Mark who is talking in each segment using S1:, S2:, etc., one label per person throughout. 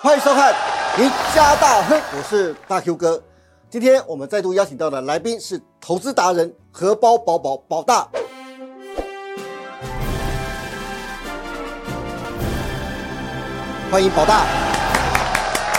S1: 欢迎收看《赢家大亨》，我是大 Q 哥。今天我们再度邀请到的来宾是投资达人荷包宝宝宝大。欢迎宝大，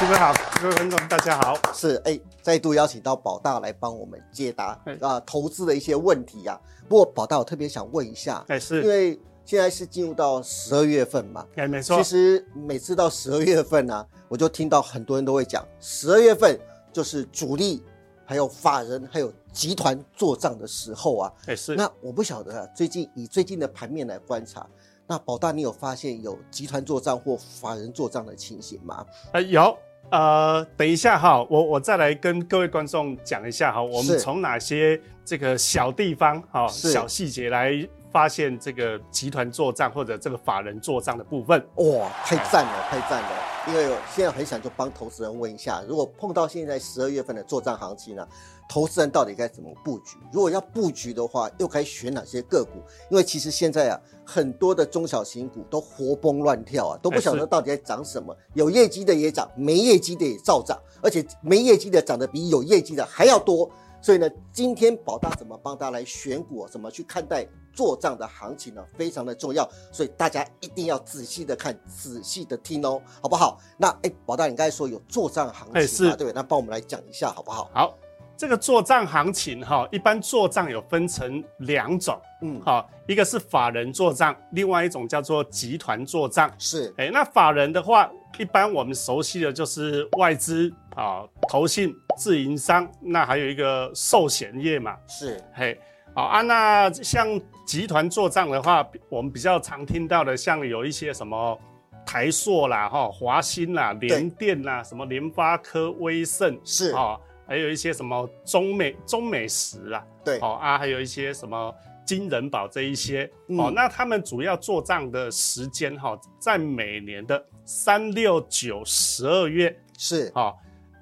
S2: 各位好，各位观众大家好。
S1: 是哎、再度邀请到宝大来帮我们解答啊
S2: 哎、
S1: 投资的一些问题呀、不过宝大，我特别想问一下，
S2: 哎、
S1: 因
S2: 是，
S1: 为现在是进入到十二月份嘛，
S2: 哎、没错
S1: 其，实每次到十二月份呢、我就听到很多人都会讲，十二月份就是主力、还有法人、还有集团做账的时候啊。
S2: 哎、是。
S1: 那我不晓得啊，最近以最近的盘面来观察，那宝大你有发现有集团做账或法人做账的情形吗？
S2: 呃，有，呃，等一下哈，我我再来跟各位观众讲一下哈，我们
S1: 是
S2: 从哪些这个小地方哈、
S1: 是
S2: 小细节来发现这个集团做账或者这个法人做账的部分。
S1: 哇，太赞了，太赞了！因为我现在很想就帮投资人问一下，如果碰到现在十二月份的做账行情呢、投资人到底该怎么布局？如果要布局的话，又该选哪些个股？因为其实现在啊，很多的中小型股都活蹦乱跳啊，都不
S2: 哎
S1: 晓
S2: 是
S1: 得到底在涨什么。有业绩的也涨，没业绩的也照涨，而且没业绩的涨得比有业绩的还要多。所以呢，今天宝大怎么帮大家来选股、怎么去看待做账的行情呢？非常的重要，所以大家一定要仔细的看、仔细的听哦，好不好？那哎，宝大，你刚才说有做账行情嘛，
S2: 哎是
S1: 对不对？那帮我们来讲一下好不好？
S2: 好，这个做账行情哈，一般做账有分成两种，
S1: 嗯，
S2: 哈，一个是法人做账，另外一种叫做集团做账。
S1: 是，
S2: 哎，那法人的话，一般我们熟悉的就是外资啊、投信、自营商，那还有一个寿险业嘛，
S1: 是，
S2: 嘿，好啊。那像集团做账的话，我们比较常听到的，像有一些什么台塑啦、哈、华兴啦、联电啦、什么联发科、威盛
S1: 是，
S2: 哦，还有一些什么中美中美食啊，
S1: 对，
S2: 哦啊，还有一些什么金人保这一些、
S1: 嗯
S2: 哦，那他们主要做账的时间哈、在每年的三六九十二月
S1: 是，
S2: 哦，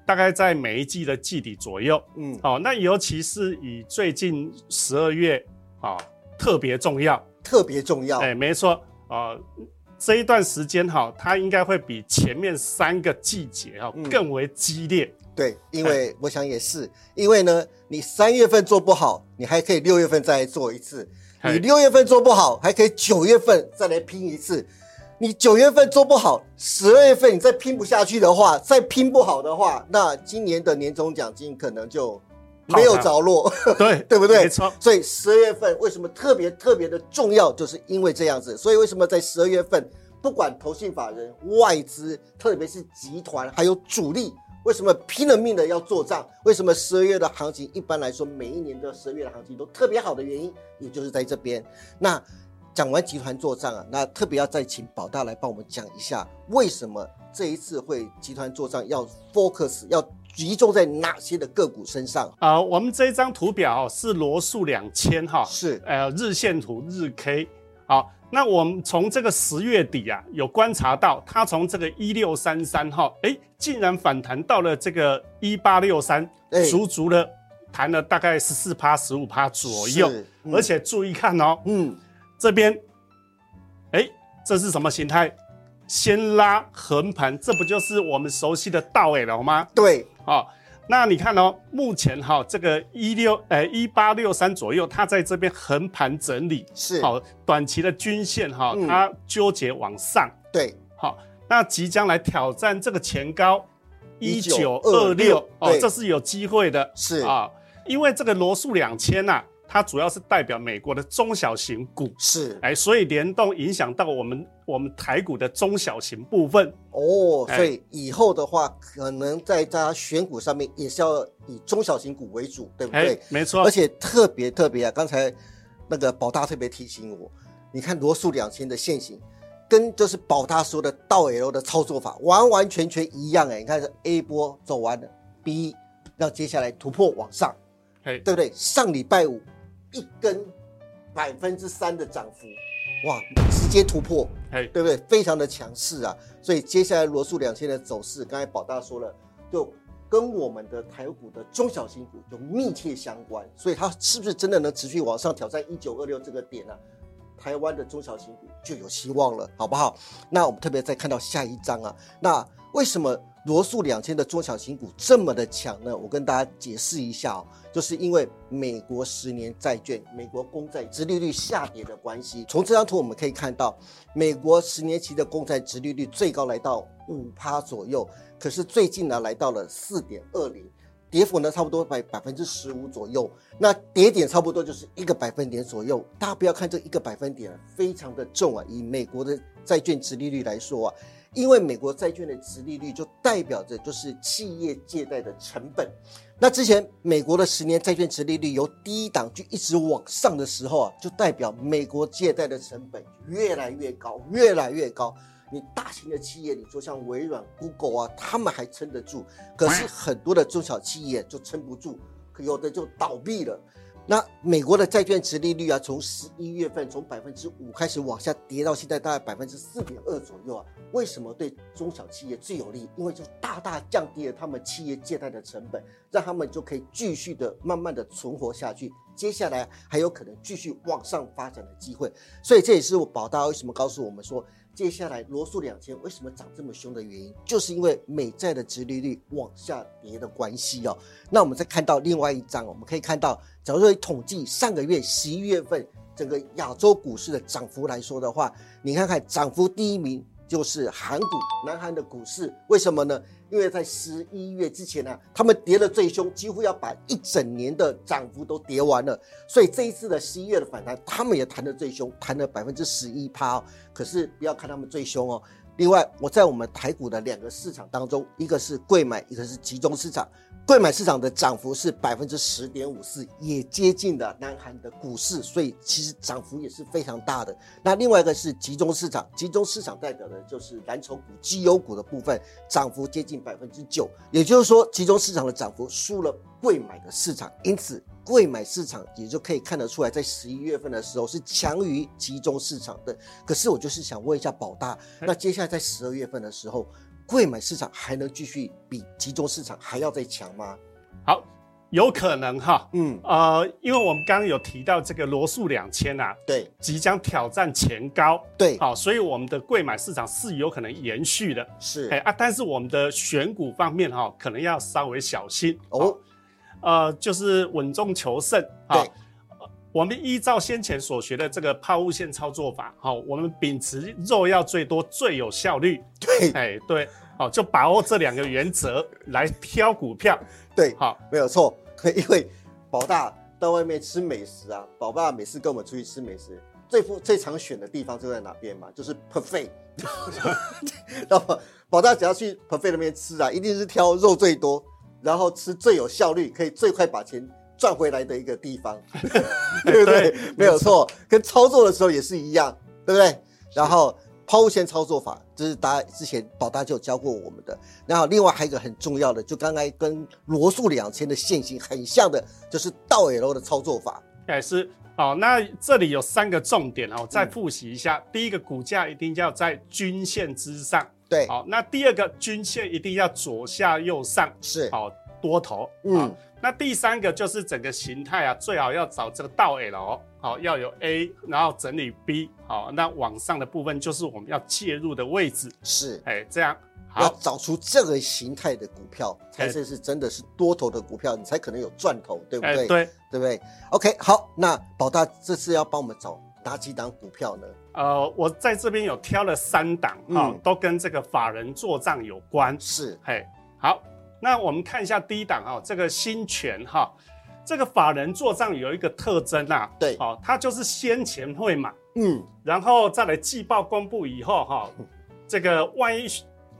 S2: 大概在每一季的季底左右
S1: 嗯，
S2: 哦。那尤其是以最近十二月哦特别重要，
S1: 特别重要，
S2: 哎，没错哦。这一段时间哈、它应该会比前面三个季节哈、哦
S1: 嗯
S2: 更为激烈。
S1: 对，因为我想也是，因为呢，你三月份做不好，你还可以六月份再来做一次；
S2: 哎
S1: 你六月份做不好，还可以九月份再来拼一次；你九月份做不好，十二月份你再拼不下去的话，再拼不好的话，那今年的年终奖金可能就没有着落。
S2: 对
S1: 对不对
S2: 没错，
S1: 所以十二月份为什么特别特别的重要，就是因为这样子。所以为什么在十二月份，不管投信法人、外资，特别是集团还有主力，为什么拼了命的要做账？为什么十二月的行情一般来说每一年的十二月的行情都特别好的原因，也就是在这边。那讲完集团做账啊，那特别要再请宝大来帮我们讲一下，为什么这一次会集团做账要 focus 要集中在哪些的个股身上？
S2: 啊，我们这一张图表、哦、是罗素两千哈，
S1: 是
S2: 呃日线图日 K。好，那我们从这个十月底啊，有观察到它从这个一六三三哈，哎，竟然反弹到了这个一八六三
S1: 哎，
S2: 足足的弹了大概十四趴、十五趴左右
S1: 是。嗯
S2: 而且注意看哦，
S1: 嗯，
S2: 这边，哎，这是什么形态？先拉横盘，这不就是我们熟悉的倒尾楼吗？
S1: 对，
S2: 哦，那你看哦，目前哈、这个一六呃一八六三左右，它在这边横盘整理，
S1: 是，
S2: 好、短期的均线哈、
S1: 嗯
S2: 它纠结往上，
S1: 对，
S2: 好、那即将来挑战这个前高一九二
S1: 1926
S2: 六哦
S1: 对，
S2: 这是有机会的
S1: 是
S2: 啊、因为这个罗素两千呐，它主要是代表美国的中小型股。
S1: 是
S2: 哎，所以联动影响到我们我们台股的中小型部分，
S1: 哦，
S2: 哎
S1: 所以以后的话，可能在大家选股上面也是要以中小型股为主，对不
S2: 哎
S1: 对？，
S2: 没错
S1: 而，且特别特别啊，刚才那个宝大特别提醒我，你看罗素两千的现形，跟就是宝大说的倒 L 的操作法完完全全一样哎、你看这 A 波走完了，B，让接下来突破往上，
S2: 哎，
S1: 对不对？上礼拜五一根百分之三的涨幅，哇，直接突破。
S2: 哎，
S1: 对不对？非常的强势啊，所以接下来罗素两千的走势，刚才宝大说了，就跟我们的台股的中小型股就密切相关，所以它是不是真的能持续往上挑战一九二六这个点呢、台湾的中小型股就有希望了，好不好？那我们特别再看到下一章啊，那为什么罗素两千的中小型股这么的强呢？我跟大家解释一下哦，就是因为美国十年债券、美国公债殖利率下跌的关系。从这张图我们可以看到，美国十年期的公债殖利率最高来到五趴左右，可是最近呢来到了四点二零。跌幅呢，差不多百百分之十五左右，那跌点差不多就是一个百分点左右。大家不要看这一个百分点、啊、非常的重啊，以美国的债券值利率来说啊，因为美国债券的值利率就代表着就是企业借贷的成本。那之前美国的十年债券值利率由低档就一直往上的时候啊，就代表美国借贷的成本越来越高，越来越高。你大型的企业，你说像微软、Google 啊，他们还撑得住，可是很多的中小企业就撑不住，有的就倒闭了。那美国的债券值利率啊，从十一月份从百分之五开始往下跌，到现在大概百分之四点二左右啊。为什么对中小企业最有利？因为就大大降低了他们企业借贷的成本，让他们就可以继续的慢慢的存活下去。接下来还有可能继续往上发展的机会。所以这也是我宝大为什么告诉我们说。接下来，罗素两千为什么涨这么凶的原因，就是因为美债的殖利率往下跌的关系哦。那我们再看到另外一张，我们可以看到，假如说统计上个月十一月份整个亚洲股市的涨幅来说的话，你看看涨幅第一名就是韩股，南韩的股市，为什么呢？因为在十一月之前呢、啊，他们跌的最凶，几乎要把一整年的涨幅都跌完了。所以这一次的十一月的反弹，他们也弹的最凶，弹了百分之十一趴。哦可是不要看他们最凶哦。另外，我在我们台股的两个市场当中，一个是贵买，一个是集中市场。贵买市场的涨幅是百分之十点五四，也接近了南韩的股市，所以其实涨幅也是非常大的。那另外一个是集中市场，集中市场代表的就是蓝筹股、绩优股的部分，涨幅接近百分之九。也就是说，集中市场的涨幅输了贵买的市场，因此。贵买市场也就可以看得出来，在十一月份的时候是强于集中市场的。可是我就是想问一下宝大，那接下来在十二月份的时候，贵买市场还能继续比集中市场还要再强吗？
S2: 好，有可能哈，
S1: 嗯，
S2: 呃，因为我们刚刚有提到这个罗素两千啊，
S1: 对
S2: 即将挑战前高，
S1: 对，
S2: 好、所以我们的贵买市场是有可能延续的，
S1: 是
S2: 哎啊，但是我们的选股方面哈、可能要稍微小心
S1: 哦，
S2: 呃，就是稳中求胜
S1: 对
S2: 哈。我们依照先前所学的这个抛物线操作法，好、我们秉持肉要最多、最有效率，
S1: 对
S2: 哎，对，好、就把握这两个原则来挑股票，
S1: 对，
S2: 好、
S1: 没有错， 因为宝大到外面吃美食啊，宝爸每次跟我们出去吃美食，最不最常选的地方就在哪边嘛？就是 buffet。那么宝大只要去 buffet 那边吃啊，一定是挑肉最多，然后吃最有效率，可以最快把钱赚回来的一个地方， 对不对？
S2: 对
S1: 没有错，跟操作的时候也是一样，对不对？然后抛物线操作法，这是大家之前宝大就有教过我们的。然后另外还有一个很重要的，就刚才跟罗素两千的现行很像的，就是倒 L 的操作法。
S2: 哎是。好、那这里有三个重点哦，
S1: 嗯
S2: 再复习一下。第一个，股价一定要在均线之上。
S1: 对，
S2: 好、那第二个，均线一定要左下右上。
S1: 是，
S2: 好、多头。
S1: 嗯
S2: 嗯，那第三个就是整个形态啊，最好要找这个倒 L，好、哦要有 A，然后整理 B，好、那往上的部分就是我们要介入的位置，
S1: 是，
S2: 哎，这样
S1: 要
S2: 好，
S1: 找出这个形态的股票，才
S2: 哎
S1: 是是真的是多头的股票，你才可能有赚头，对不
S2: 哎，
S1: 对？
S2: 对，
S1: 对不对？OK，好，那宝大这次要帮我们找哪几档股票呢？
S2: 呃，我在这边有挑了三档，好、
S1: 嗯
S2: 都跟这个法人做账有关，
S1: 是，
S2: 嘿，好，那我们看一下第一档哈、哦这个新权哈、这个法人做账有一个特征啊，
S1: 对
S2: 哦，它就是先前会买。
S1: 嗯，
S2: 然后再来季报公布以 后哈、这个万一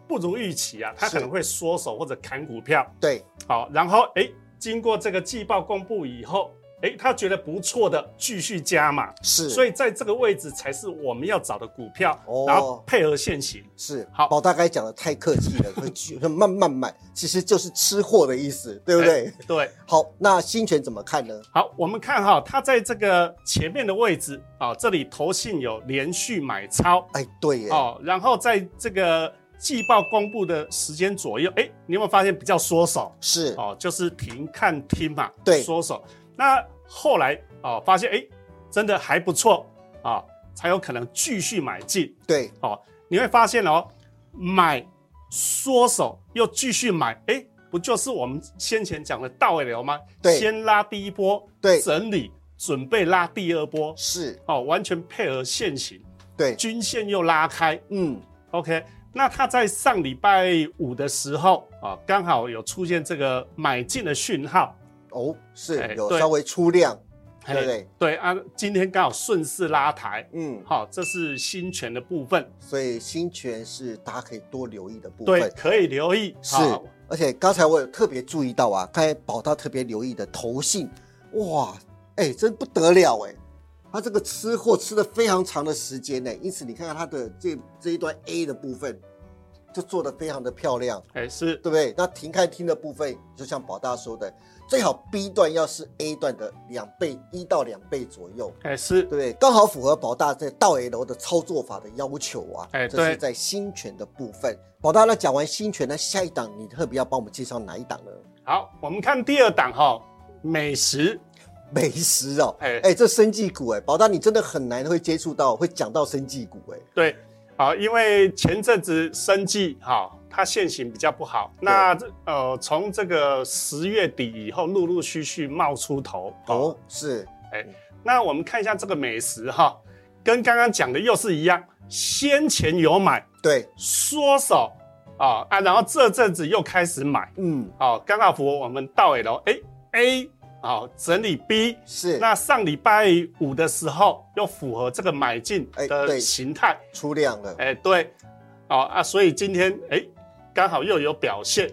S2: 不如预期啊，他
S1: 是
S2: 可能会缩手或者砍股票。
S1: 对，
S2: 好，然后哎，经过这个季报公布以后，哎，他觉得不错的，继续加码。
S1: 是，
S2: 所
S1: 以
S2: 以在这个位置才是我们要找的股票，
S1: 哦
S2: 然后配合现行。
S1: 是
S2: 好
S1: 宝大该讲的太客气了，会去会慢慢买，其实就是吃货的意思，对不对？
S2: 对，
S1: 好，那新权怎么看呢？
S2: 好，我们看哈、它在这个前面的位置啊、这里投信有连续买超，
S1: 哎，对耶，
S2: 哦，然后在这个季报公布的时间左右，哎，你有没有发现比较缩手？
S1: 是，
S2: 哦，就是停看听嘛，
S1: 对
S2: 缩手。那后来哦，发现哎，真的还不错啊、才有可能继续买进
S1: 对，
S2: 哦。你会发现哦，买缩手又继续买，哎，不就是我们先前讲的倒尾流吗？
S1: 对
S2: 先拉第一波，
S1: 对
S2: 整理，准备拉第二波，
S1: 是
S2: 哦，完全配合现行，
S1: 对，
S2: 均线又拉开
S1: 嗯，
S2: ，OK。那它在上礼拜五的时候啊，刚好有出现这个买进的讯号，
S1: 哦，是
S2: 哎
S1: 有
S2: 对
S1: 稍微出量，
S2: 哎
S1: 对不对？
S2: 对啊，今天刚好顺势拉抬，
S1: 嗯，
S2: 好、这是新权的部分，
S1: 所以新权是大家可以多留意的部
S2: 对，
S1: 分。
S2: 可以留意，
S1: 是
S2: 好，
S1: 而且刚才我有特别注意到啊，刚才宝大特别留意的投信，哇，哎、真不得了哎、他这个吃货吃了非常长的时间呢、因此你看看他的这这一段 A 的部分，就做得非常的漂亮，
S2: 哎、是
S1: 对不对？那停看听的部分，就像宝大说的，最好 B 段要是 A 段的两倍，一到两倍左右，
S2: 哎、是
S1: 对不对？刚好符合宝大在倒 A 楼的操作法的要求啊。
S2: 哎
S1: 这是
S2: 对
S1: 在新权的部分。宝大，那讲完新权，那下一档你特别要帮我们介绍哪一档呢？
S2: 好，我们看第二档哈、美食，
S1: 美食哦，哎
S2: 哎、
S1: 这生技股哎、宝大你真的很难会接触到，会讲到生技股哎、
S2: 对，好，因为前阵子生计哈、它现行比较不好，那这呃从这个十月底以后，陆陆续续冒出头哦
S1: 哦，是
S2: 那我们看一下这个美食哈、跟刚刚讲的又是一样，先前有买
S1: 对，
S2: 缩手啊啊，然后这阵子又开始买，
S1: 嗯，
S2: 好，刚好符合我们到尾楼，哎 A 好整理 B，
S1: 是
S2: 那上礼拜五的时候又符合这个买进
S1: 哎对
S2: 的形态，
S1: 出量了，
S2: 哎、对，哦啊，所以今天哎刚、好又有表现，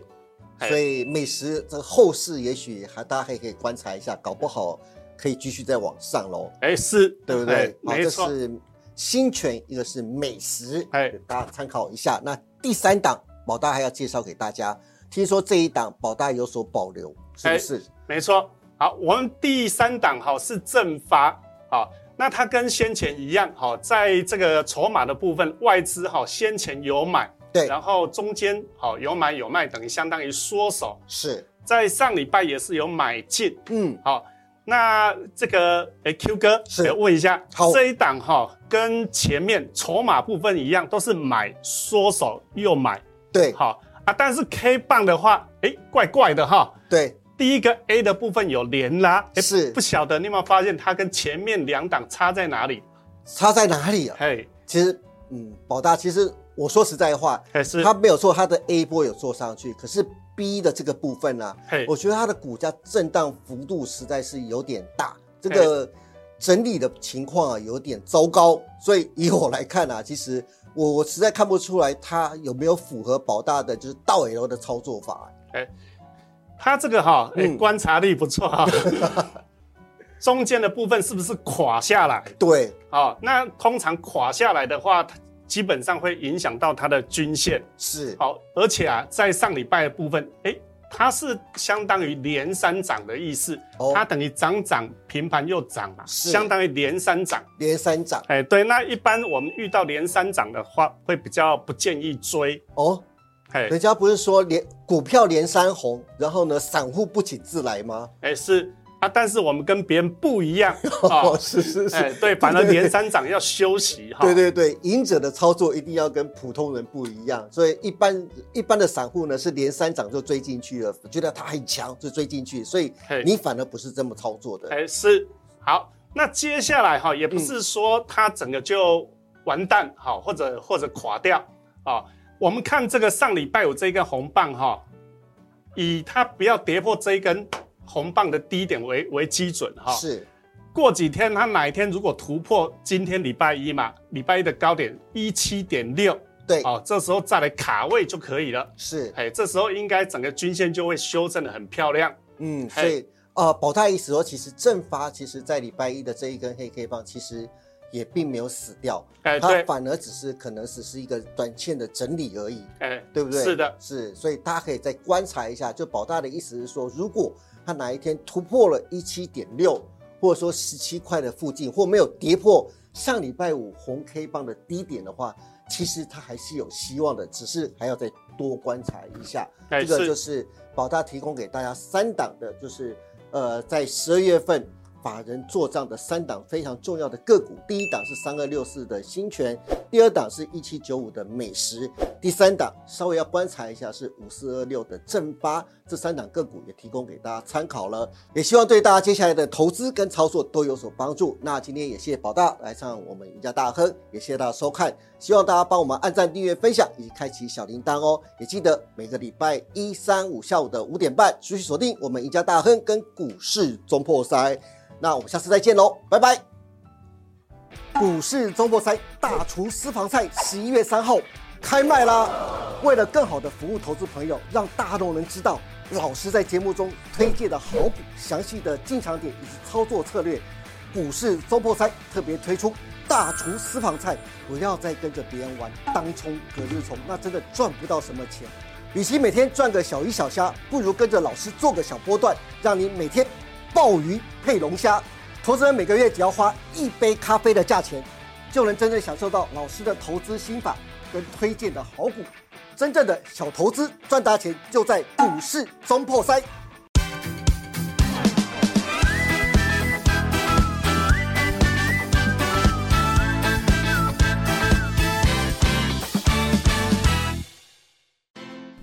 S2: 哎
S1: 所以美食这个后市也许还大家还可以观察一下，搞不好可以继续再往上喽，
S2: 哎、是，
S1: 对不
S2: 哎
S1: 对？好，
S2: 没
S1: 这
S2: 错，
S1: 是新权，一个是美食，
S2: 哎
S1: 大家参考一下。那第三档宝大还要介绍给大家，听说这一档宝大有所保留，是不
S2: 哎
S1: 是？
S2: 没错。好，我们第三档哈、是正发，好、那它跟先前一样，好、在这个筹码的部分，外资哈、先前有买，
S1: 对，
S2: 然后中间好、有买有卖，等于相当于缩手，
S1: 是，
S2: 在上礼拜也是有买进，
S1: 嗯，
S2: 好、那这个哎、q 哥，
S1: 是
S2: 哎问一下
S1: 好，
S2: 这一档哈、跟前面筹码部分一样，都是买缩手又买，
S1: 对
S2: 好、啊，但是 K 棒的话，哎、怪怪的哈、
S1: 对，
S2: 第一个 A 的部分有连拉，哎
S1: 是
S2: 不晓得你有没有发现它跟前面两档差在哪里？
S1: 差在哪里啊？
S2: 嘿，
S1: 其实，嗯，宝大，其实我说实在话，
S2: 哎是
S1: 它没有错，它的 A 波有做上去，可是 B 的这个部分呢、
S2: 嘿
S1: 我觉得它的股价震荡幅度实在是有点大，这个整理的情况啊有点糟糕，所以以我来看啊， 其实我我实在看不出来它有没有符合宝大的就是倒 L 的操作法、
S2: 它这个哈、哎、
S1: 嗯
S2: 观察力不 错哈、中间的部分是不是垮下来？
S1: 对，
S2: 哦，那通常垮下来的话，它基本上会影响到它的均线。
S1: 是，
S2: 好、而且啊，在上礼拜的部分，哎、它是相当于连三涨的意思，
S1: 哦
S2: 它等于涨涨平盘又涨嘛，
S1: 是
S2: 相当于连三涨。
S1: 连三涨
S2: 哎，对，那一般我们遇到连三涨的话，会比较不建议追。
S1: 哦，
S2: 哎
S1: 人家不是说连股票连三红，然后呢散户不请自来吗？
S2: 哎是啊，但是我们跟别人不一样
S1: 哦，
S2: 啊。
S1: 是是是，
S2: 哎，对，反而
S1: 对对
S2: 连三涨要休息哈。
S1: 对对对，赢者的操作一定要跟普通人不一样，所以一般一般的散户呢是连三涨就追进去了，觉得他很强就追进去，所以
S2: 嘿
S1: 你反而不是这么操作的。
S2: 哎是好，那接下来哈，也不
S1: 嗯
S2: 是说它整个就完蛋哈，或者或者垮掉啊。我们看这个上礼拜有这一根红棒哈，以它不要跌破这一根红棒的低点为为基准哈。
S1: 是
S2: 过几天它哪一天如果突破今天礼拜一嘛，礼拜一的高点一七点六，
S1: 对，
S2: 哦，这时候再来卡位就可以了。
S1: 是
S2: 哎，这时候应该整个均线就会修正的很漂亮。
S1: 嗯，所
S2: 嘿
S1: 以呃，宝泰意思说，其实正发其实在礼拜一的这一根黑 K 棒其实也并没有死掉，
S2: 哎，
S1: 它
S2: 对，
S1: 反而只是可能只是一个短线的整理而已。
S2: 哎，
S1: 对不对？
S2: 是的，
S1: 是，所以大家可以再观察一下。就保大的意思是说，如果它哪一天突破了一七点六，或者说十七块的附近，或没有跌破上礼拜五红 K 棒的低点的话，其实它还是有希望的，只是还要再多观察一下。
S2: 哎，
S1: 这个就是是保大提供给大家三档的，就是呃，在十二月份法人做账的三档非常重要的个股，第一档是三二六四的新泉，第二档是一七九五的美食，第三档稍微要观察一下是五四二六的正发，这三档个股也提供给大家参考了，也希望对大家接下来的投资跟操作都有所帮助。那今天也谢谢宝大来上我们赢家大亨，也谢谢大家收看，希望大家帮我们按赞、订阅、分享以及开启小铃铛哦，也记得每个礼拜一、三、五下午的五点半持续锁定我们赢家大亨跟股市中破塞。那我们下次再见喽，拜拜。股市周末赛大厨私房菜十一月三号开卖啦！为了更好的服务投资朋友，让大众能知道老师在节目中推荐的好股、详细的进场点以及操作策略，股市周末赛特别推出大厨私房菜，不要再跟着别人玩当冲、隔日冲，那真的赚不到什么钱。与其每天赚个小鱼小虾，不如跟着老师做个小波段，让你每天鲍鱼配龙虾。投资人每个月只要花一杯咖啡的价钱，就能真正享受到老师的投资心法跟推荐的好股。真正的小投资赚大钱，就在股市中破塞。